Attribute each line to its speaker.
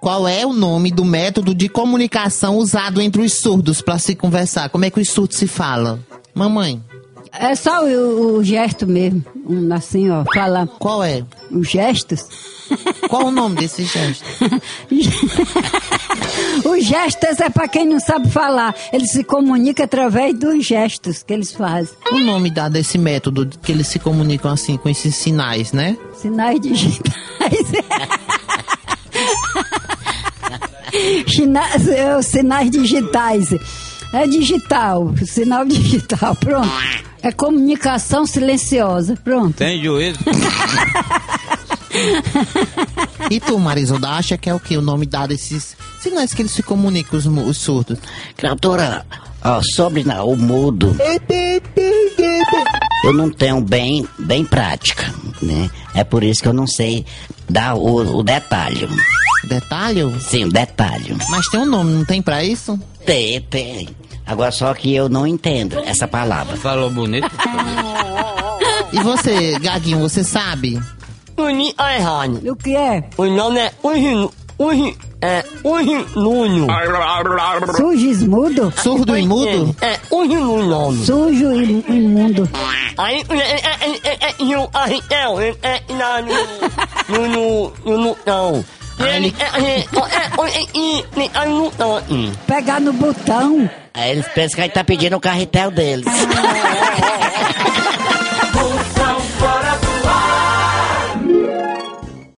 Speaker 1: Qual é o nome do método de comunicação usado entre os surdos para se conversar? Como é que os surdos se falam? Mamãe,
Speaker 2: É só o, o gesto mesmo. Um assim, ó, falar
Speaker 1: qual é?
Speaker 2: os gestos.
Speaker 1: Qual o nome desse gesto?
Speaker 2: os gestos é pra quem não sabe falar. Eles se comunicam através dos gestos que eles fazem.
Speaker 1: O nome dá desse método que eles se comunicam assim com esses sinais, né?
Speaker 2: Sinais digitais. China- é, os sinais digitais. É digital, sinal digital, pronto. É comunicação silenciosa, pronto.
Speaker 3: Tem juízo.
Speaker 1: E tu, Marisolda, acha que é o que? O nome dá desses sinais que eles se comunicam, os, mu- os surdos?
Speaker 4: Cantora, ó, sobre na- o mudo. Eu não tenho bem, bem prática, né? É por isso que eu não sei dar o, o detalhe.
Speaker 1: Detalhe?
Speaker 4: Sim, o detalhe.
Speaker 1: Mas tem um nome, não tem pra isso?
Speaker 4: Tem, tem. Agora só que eu não entendo essa palavra.
Speaker 3: Falou bonito.
Speaker 1: E você, Gaguinho, você sabe?
Speaker 5: Uni Aihane.
Speaker 2: O que é?
Speaker 5: O nome é Uni. Uni. É Uni Nuno.
Speaker 2: Sujo, esmudo?
Speaker 1: Surdo e mudo?
Speaker 5: É Uni Nuno nome.
Speaker 2: Sujo e imundo.
Speaker 5: Aí. é, é, é, é, é, E o Ariel. ele É na. No. No. No. No. Não. Ele é. É. É. É. É. No. Não.
Speaker 2: Pegar no botão.
Speaker 4: Aí eles pensam que a gente tá pedindo o carretel deles.